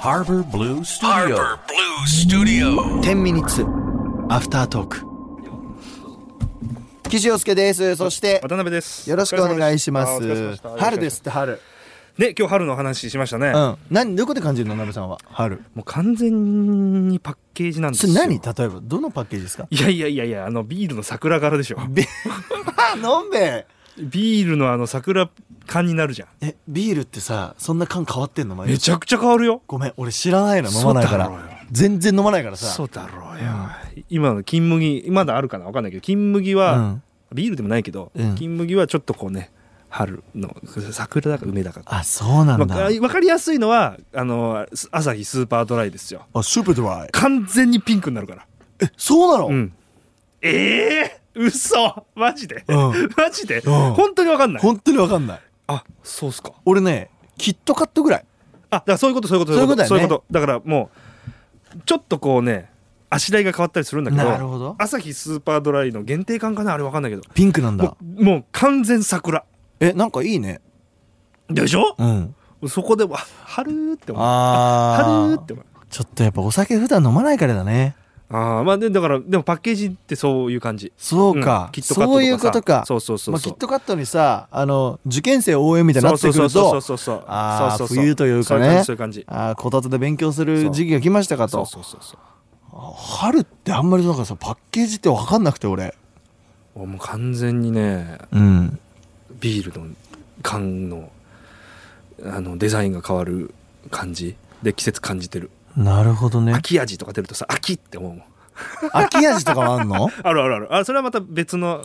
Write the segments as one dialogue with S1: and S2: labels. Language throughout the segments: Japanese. S1: Harbor Blue Studio.
S2: Harbor Blue Studio.
S3: 10ミニッツアフタートーク岸洋介ですそして
S4: 渡辺です。
S3: よろしくお願いしま
S4: お疲れ様ですした
S3: 春ですっ。て春
S4: ね、今日春の話しましたね。
S3: う
S4: も
S3: ん何どこで感じるのなべさんは春
S4: う完全にパッケージなんです
S3: そ
S4: よ。
S3: れ何例えばどのパッケージです か
S4: いやいやいやいや、あのビールの桜柄でしょ。
S3: ビあ飲んべ
S4: ビールのあの桜缶になるじゃん。
S3: ええビールってさそんな缶変わってんの毎
S4: め
S3: 日
S4: ちゃくちゃ変わるよ。
S3: ごめん俺知らないの飲まないか
S4: そうだろうよ
S3: ら全然飲まないから
S4: そ
S3: さ
S4: うだろうよ。今の金麦、まだあるかなわかんないけど、金麦は、
S3: うん
S4: ビールでもないけど、
S3: うん
S4: 金麦はちょっとこうね、春の桜だか梅だか。
S3: あそうなん
S4: まあ
S3: だ
S4: わかりやすいのは、あの、朝日スーパードライですよ。
S3: あスーパードライ
S4: 完全にピンクになるから。
S3: えそうなの
S4: うん、ええ嘘マジで、
S3: うん
S4: マジで、
S3: ん
S4: 本当にわかんない
S3: 本当にわかんない
S4: あそうっすか
S3: 俺ねキットカットぐらい
S4: あだからそういうことそういうこと
S3: そういうことだよね
S4: そういうことだからもうちょっとこうねあしらいが変わったりするんだけど
S3: なるほど
S4: 朝日スーパードライの限定感かなあれわかんないけど
S3: ピンクなんだ
S4: もうもう完全桜
S3: えなんかいいね
S4: でしょ、
S3: うん
S4: そこでもあ春ーって思う
S3: あ
S4: 春
S3: ー
S4: ーって思う
S3: ちょっとやっぱお酒普段飲まないからだね
S4: ああまあでだからでもパッケージってそういう感じ
S3: そうか、
S4: うんキットカットとかさ
S3: そういうことか
S4: そうそうそうそう
S3: まあ、キットカットにさあの受験生応援みたいになってくる
S4: そ
S3: と
S4: うそうそうそう
S3: あー
S4: そうそうそう
S3: 冬というかね
S4: そういう感じそういう
S3: あーこたつで勉強する時期が来ましたか
S4: そ
S3: と
S4: うそうそうそう
S3: 春ってあんまりなんかさパッケージって分かんなくて俺
S4: もう完全にね
S3: うん
S4: ビールの缶のあのデザインが変わる感じで季節感じてる
S3: なるほど ね
S4: 秋味とか出るとさ秋って思うもん
S3: 秋味とかはあんの
S4: あるあるあるあそれはまた別の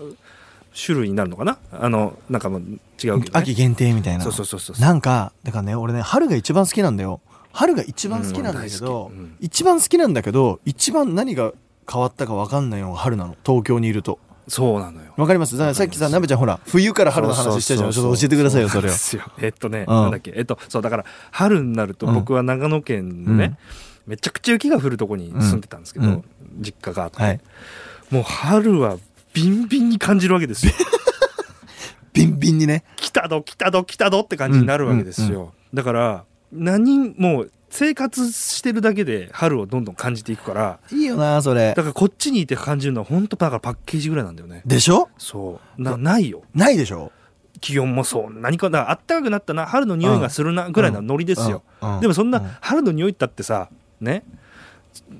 S4: 種類になるのかなあのなんかもう違うけど、ね、
S3: 秋限定みたいな
S4: そうそうそうそう
S3: なんかだからね俺ね春が一番好きなんだよ春が一番好きなんだけど、
S4: うん俺大好きうん
S3: 一番好きなんだけど一番何が変わったか分かんないのが春なの東京にいると
S4: そうなのよ
S3: わかりますだからさっきさなべちゃんほら冬から春の話してたじゃんちょっと教えてくださいよそれを
S4: そうなんですよえっとね、
S3: うん
S4: なんだっけえっとそうだから春になると僕は長野県のね、めちゃくちゃ雪が降るとこに住んでたんですけど、
S3: うん
S4: 実家があって、
S3: はい
S4: もう春はビンビンに感じるわ けですよ
S3: ビンビンにね
S4: 来たど来たど来たどって感じになるわけですよ、
S3: うんう
S4: だから何もう生活してるだけで春をどんどん感じていくから
S3: いいよなそれ
S4: だからこっちにいて感じるのは本当だからパッケージぐらいなんだよね
S3: でしょ
S4: そうなないよ
S3: ないでしょ
S4: 気温もそう何かだからあったかくなったな春の匂いがするなぐらいのノリですよ、
S3: うんうん
S4: でもそ
S3: う
S4: ん
S3: ん
S4: な春の匂いったってさね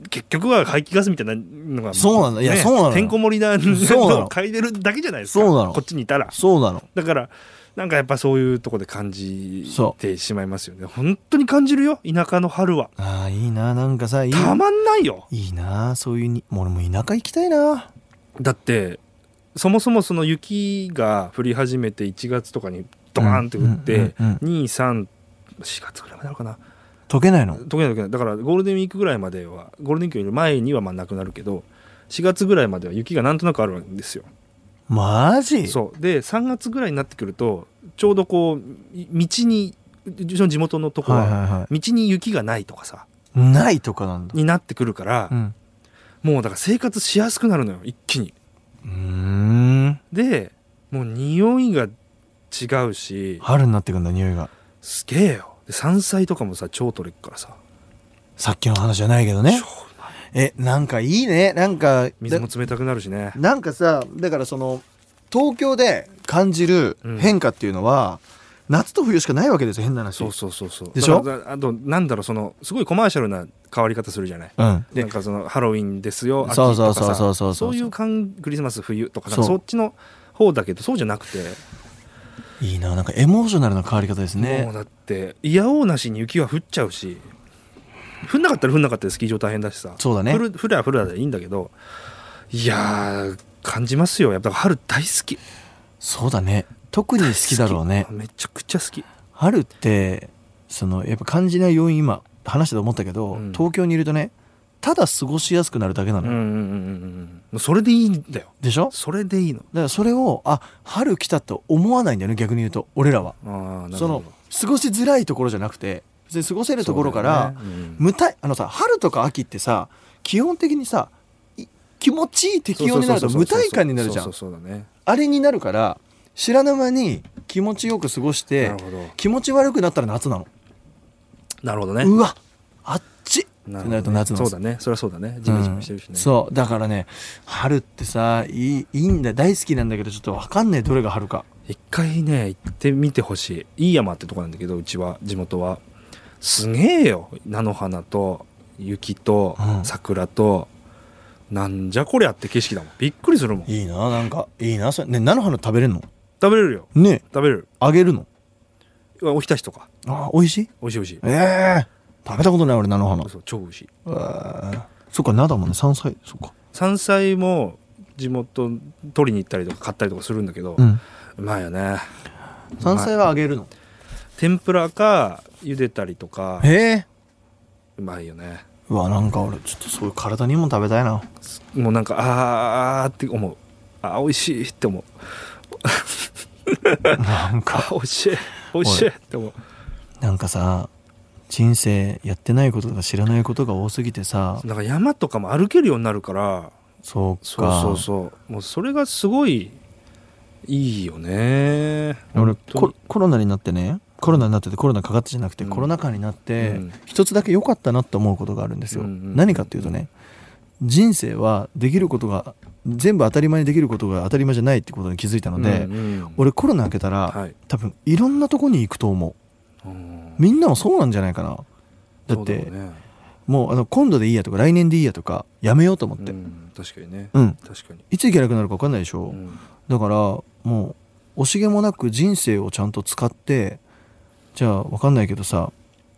S4: 結局は排気ガスみたいなのが
S3: そうなんだいや
S4: ね
S3: そうなのよ
S4: てんこ盛りな
S3: そう なの
S4: 嗅いでるだけじゃないですか
S3: そうなの
S4: こっちにいたら
S3: そうなの
S4: だからなんかやっぱそういうとこで感じ
S3: そ
S4: てしまいますよね本当に感じるよ田舎の春は
S3: ああいいななんかさいい
S4: たまんないよ
S3: いいなそういうにもう俺もう田舎行きたいな
S4: だってそもそもその雪が降り始めて1月とかにドーンって降って
S3: うんうんうん
S4: 234月ぐらいまでなるかな
S3: 溶けないの
S4: 時々だからゴールデンウィークぐらいまではゴールデンウィークより前にはまあなくなるけど4月ぐらいまでは雪がなんとなくあるんですよ
S3: マジ
S4: そうで3月ぐらいになってくるとちょうどこうい道にうちの地元のとこは,、
S3: はいはいは
S4: 道に雪がないとかさ
S3: いないとかなんだ
S4: になってくるから
S3: う、ん
S4: もうだから生活しやすくなるのよ一気に
S3: うーん
S4: でもう匂いが違うし
S3: 春になってくんだ匂いが
S4: すげえよで山菜とかもさ超取れっからさ
S3: さっきの話じゃないけどね
S4: 超うまい
S3: えなんかいいねなんか
S4: 水も冷たくなるしね
S3: なんかさだからその東京で感じる変化っていうのは、夏と冬しかないわけですよ変な話
S4: そうそうそうそう
S3: でしょ
S4: だからあとなんだろうそのすごいコマーシャルな変わり方するじゃない
S3: うん
S4: でなんかそのハロウィンですよ秋
S3: そう
S4: と
S3: そうそ
S4: か
S3: う
S4: さ
S3: そうそう
S4: そういう感クリスマス冬とかなん
S3: そ
S4: か
S3: う
S4: そっちの方だけどそうじゃなくて
S3: いいななんかエモーショナルな変わり方です
S4: も
S3: ね
S4: うだっていやおうなしに雪は降っちゃうし降んなかったら降んなかったらスキー場大変だしさ
S3: そうだね
S4: 降る降りゃ降るでいいんだけどいやー感じますよやっぱ春大好き
S3: そうだね特に好きだろうね
S4: めちゃくちゃ好き
S3: 春ってそのやっぱ感じない要因今話したと思ったけど、
S4: うん
S3: 東京にいるとねただ過ごしやすくなるだけな
S4: うん
S3: の、
S4: うん
S3: よ
S4: うんうんうんもうそれでいいんだよ
S3: でしょ
S4: それでいいの
S3: だからそれをあ春来たと思わないんだよね逆に言うと俺らは
S4: ああなる
S3: そ
S4: ほど
S3: の過ごしづらいところじゃなくて別に過ごせるところから、
S4: そうだよねうん
S3: 無体あのさ春とか秋ってさ基本的にさい気持ちいい適温になると無体感になるじゃ
S4: そうんそうそうそうだね
S3: あれになるから知らぬ間に気持ちよく過ごして
S4: なるほど
S3: 気持ち悪くなったら夏なの、
S4: なるほどね
S3: うわあっちって
S4: な
S3: なると夏なんで
S4: そう
S3: す
S4: だねそりゃそうだねジメジメしてるしね、
S3: うんそうだからね春ってさいいいいんだ大好きなんだけどちょっと分かんねえどれが春か
S4: 一回ね行ってみてほしい飯山ってとこなんだけどうちは地元はすげえよ菜の花と雪と
S3: うん
S4: 桜と、なんじゃこりゃって景色だもんびっくりするもん食
S3: いいななんかいいなそれね菜の花食べれるの
S4: べれるよ
S3: ね
S4: 食べれる
S3: あげるの
S4: おひたしとか
S3: あ美味しい
S4: 美味しい美味しい
S3: ええ食べたことない俺菜の花
S4: そう超美味しい
S3: ええそっか菜だもんね山菜そっか
S4: 山菜も地元取りに行ったりとか買ったりとかするんだけど、う
S3: うん
S4: まいよね
S3: 山菜はあげるの
S4: 天ぷらか茹でたりとか
S3: へえ
S4: うまいよね
S3: うわなんか俺ちょっとそういう体にも食べたい な
S4: もうなんかあーって思うあー美味しいって思う
S3: なん
S4: あ
S3: か
S4: ー美味しい美味しいって思う
S3: なんかさ人生やってないこととか知らないことが多すぎてさ
S4: なんか山とかも歩けるようになるから
S3: そうか
S4: そうそうそうもうそれがすごいいいよね
S3: 俺
S4: 本当
S3: コ
S4: に
S3: コロナになってねコロナになっててコロナかかってじゃなくて、
S4: うん
S3: コロナ禍になって、
S4: うん
S3: 一つだけ良かったなって思うことがあるんですよ、
S4: うんうん
S3: 何かっていうとね人生はできることが全部当たり前にできることが当たり前じゃないってことに気づいたので、
S4: うんうん
S3: 俺コロナ明けたら、
S4: はい
S3: 多分いろんなとこに行くと思
S4: うん
S3: うみんなもそうなんじゃないかなだって
S4: そうだろうね
S3: もうあの今度でいいやとか来年でいいやとかやめようと思って、
S4: う
S3: うん
S4: ん確かにね確かに
S3: いつ行けなくなるか分かんないでしょ、
S4: うん
S3: だからもう惜しげもなく人生をちゃんと使ってじゃあ分かんないけどさ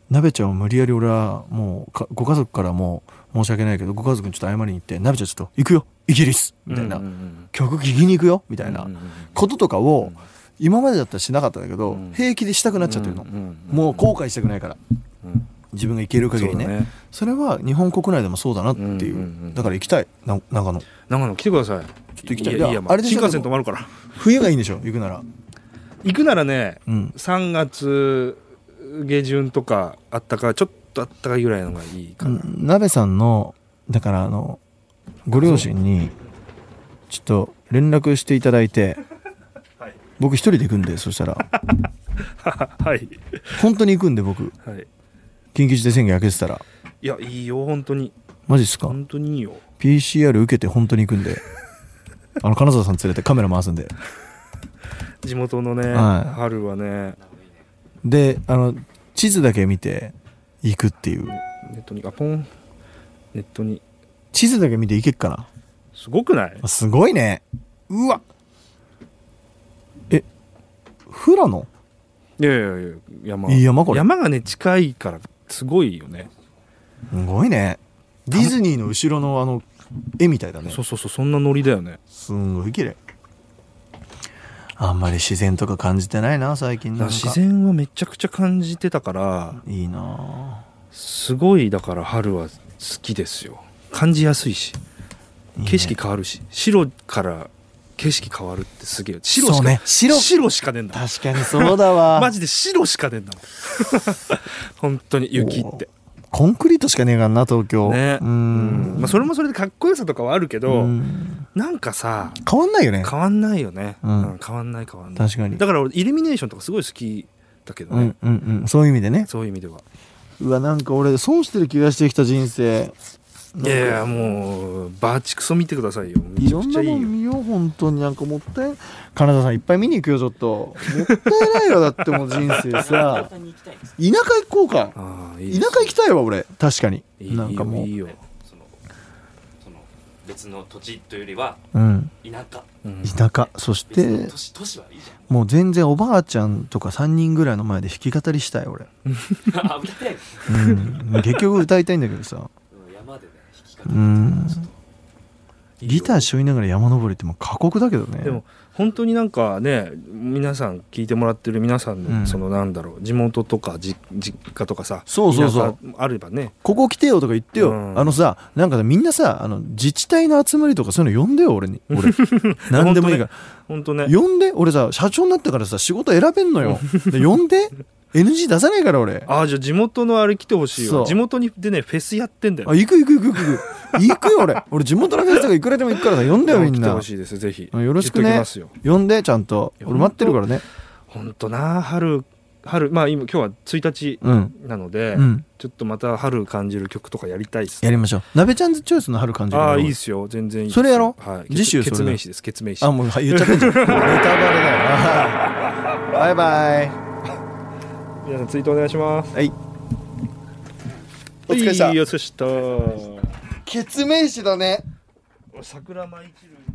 S3: 鍋ちゃんを無理やり俺はもうかご家族からもう申し訳ないけどご家族にちょっと謝りに行って「鍋ちゃんちょっと行くよイギリス」みたいな、
S4: うんうんうん
S3: 曲聴きに行くよみたいな
S4: うんうんうん
S3: こととか
S4: う
S3: を
S4: ん
S3: 今までだったらしなかったんだけど、
S4: うん
S3: 平気でしたくなっちゃってるの、
S4: うんうんうん
S3: もう後悔したくないから
S4: うん
S3: 自分が行ける限りね
S4: そう
S3: そ
S4: だね
S3: れは日本国内でもそうだなっていう,、
S4: うんうんうん
S3: だから行きたいな長野
S4: 長野来てください
S3: ょっと行きたい
S4: やや
S3: いや
S4: まあ
S3: あれでしょ
S4: 新幹線止まるから
S3: 冬がいいんでしょ行くなら
S4: 行くならね
S3: うん
S4: 3月下旬とかあったかちょっとあったかいぐらいのがいいかな、
S3: うん鍋さんのだからあのご両親にちょっと連絡していただいて、僕一人で行くんでそしたら
S4: はい
S3: 本当に行くんで僕
S4: はい
S3: 緊急事態宣言開けてたら
S4: いやいいよ本当に
S3: マジっすか
S4: 本当にいいよ
S3: PCR 受けて本当に行くんであの金沢さん連れてカメラ回すんで
S4: 地元のね、
S3: はい
S4: 春はね
S3: であの地図だけ見て行くっていう
S4: ネットにあポンネットに
S3: 地図だけ見て行けっか
S4: すごくない
S3: なすごいねうわえ富良野
S4: いやいやいや山
S3: いい山これ
S4: 山がね近いからすごいよね
S3: すごいねディズニーの後ろのあの絵みたいだね
S4: そうそうそうそんなノリだよね
S3: すんごい綺麗あんまり自然とか感じてないな最近
S4: だ
S3: な
S4: か
S3: ん
S4: ら
S3: か
S4: 自然はめちゃくちゃ感じてたから
S3: いいな
S4: すごいだから春は好きですよ感じやすいし
S3: いいね
S4: 景色変わるし白から景色変わるってすげえ白し
S3: そ
S4: か
S3: うね白
S4: 白しかねえんだ
S3: 確かにそうだ わ
S4: マジで白しかねえんだもん 本当に雪って
S3: コンクリートしかねえからな東京
S4: ね
S3: う
S4: うんまあ、それもそれでかっこよさとかはあるけど、
S3: うん
S4: なんかさ
S3: 変わんないよね
S4: 変わんないよね、
S3: うん
S4: うん変わんない変わんない
S3: 確かに
S4: だから俺イルミネーションとかすごい好きだけど
S3: う
S4: ね、
S3: んうんうんそういう意味でね
S4: そういう意味では
S3: うわなんか俺損してる気がしてきた人生
S4: いやいやもうバーチクソ見てくださいよめ
S3: い
S4: ちゃ
S3: ろ
S4: く
S3: ん
S4: ちゃ
S3: ない
S4: いよ
S3: もん見よう本当になんかもったい金田さんいっぱい見に行くよちょっともったいないよだってもう人生さ 田舎行こうか
S4: ああいい
S3: 田
S4: です
S3: 舎行きたいわ俺確かに
S4: いい
S3: なんかもう
S4: いいよいいよ
S1: そのその別の土地というよりは
S3: うん、
S1: 田舎
S4: うん
S3: 田舎そし
S1: 別の
S3: て
S1: 都市都市はいいじ
S3: もう全然おばあちゃんとか3人ぐらいの前で弾き語りしたい俺、
S1: ゃん あ歌いたい
S3: うん、 結局歌いたいんだけどさ
S1: うん山でね弾き語
S3: う
S1: り
S3: ん
S1: ちょっと
S3: ギター背負いながら山登りってもう過酷だけどね
S4: でも本当になんかね皆さん聞いてもらってる皆さん
S3: うん
S4: のそのなんだろう地元とかじ実家とかさ
S3: そうそうそう
S4: 田舎あればね
S3: ここ来てよとか言ってよ、
S4: うん
S3: あのさなんかねみんなさあの自治体の集まりとかそういうの呼んでよ俺 に俺何でもいいから
S4: 本当ね
S3: 呼んで俺さ社長になったからさ仕事選べんのよで呼んで NG 出さないから俺あ
S4: ああじゃあ地元のあれ来てほしい
S3: そ
S4: よ
S3: う
S4: 地元にでねフェスやってんだよ
S3: 行く行く行く行く行く行くよ俺俺地元のフェスとかいくらでも行くからさ呼んでよみん
S4: 来て
S3: な
S4: ほしいですぜひ
S3: よろしく
S4: 言っとき
S3: ね
S4: ますよ
S3: 呼んでちゃんと俺待ってるからね
S4: 本当な春春まあ今今日は1日
S3: うん
S4: なので、
S3: うん
S4: ちょっとまた春感じる曲とかやりたいっす
S3: やりましょう鍋ちゃんズチョイスの春感じる
S4: ああいいっ
S3: です
S4: よ全然いいっす
S3: それやろ
S4: はい
S3: 次週それ
S4: 決
S3: だ
S4: 名詞です決名詞
S3: あもうはい言っちゃったじゃ んネタバレだよ バイバイ
S4: 皆さんツイートお願いします
S3: はいお疲れ様
S4: いいお疲れ様でした
S3: 決明詞だね
S4: 桜舞い散る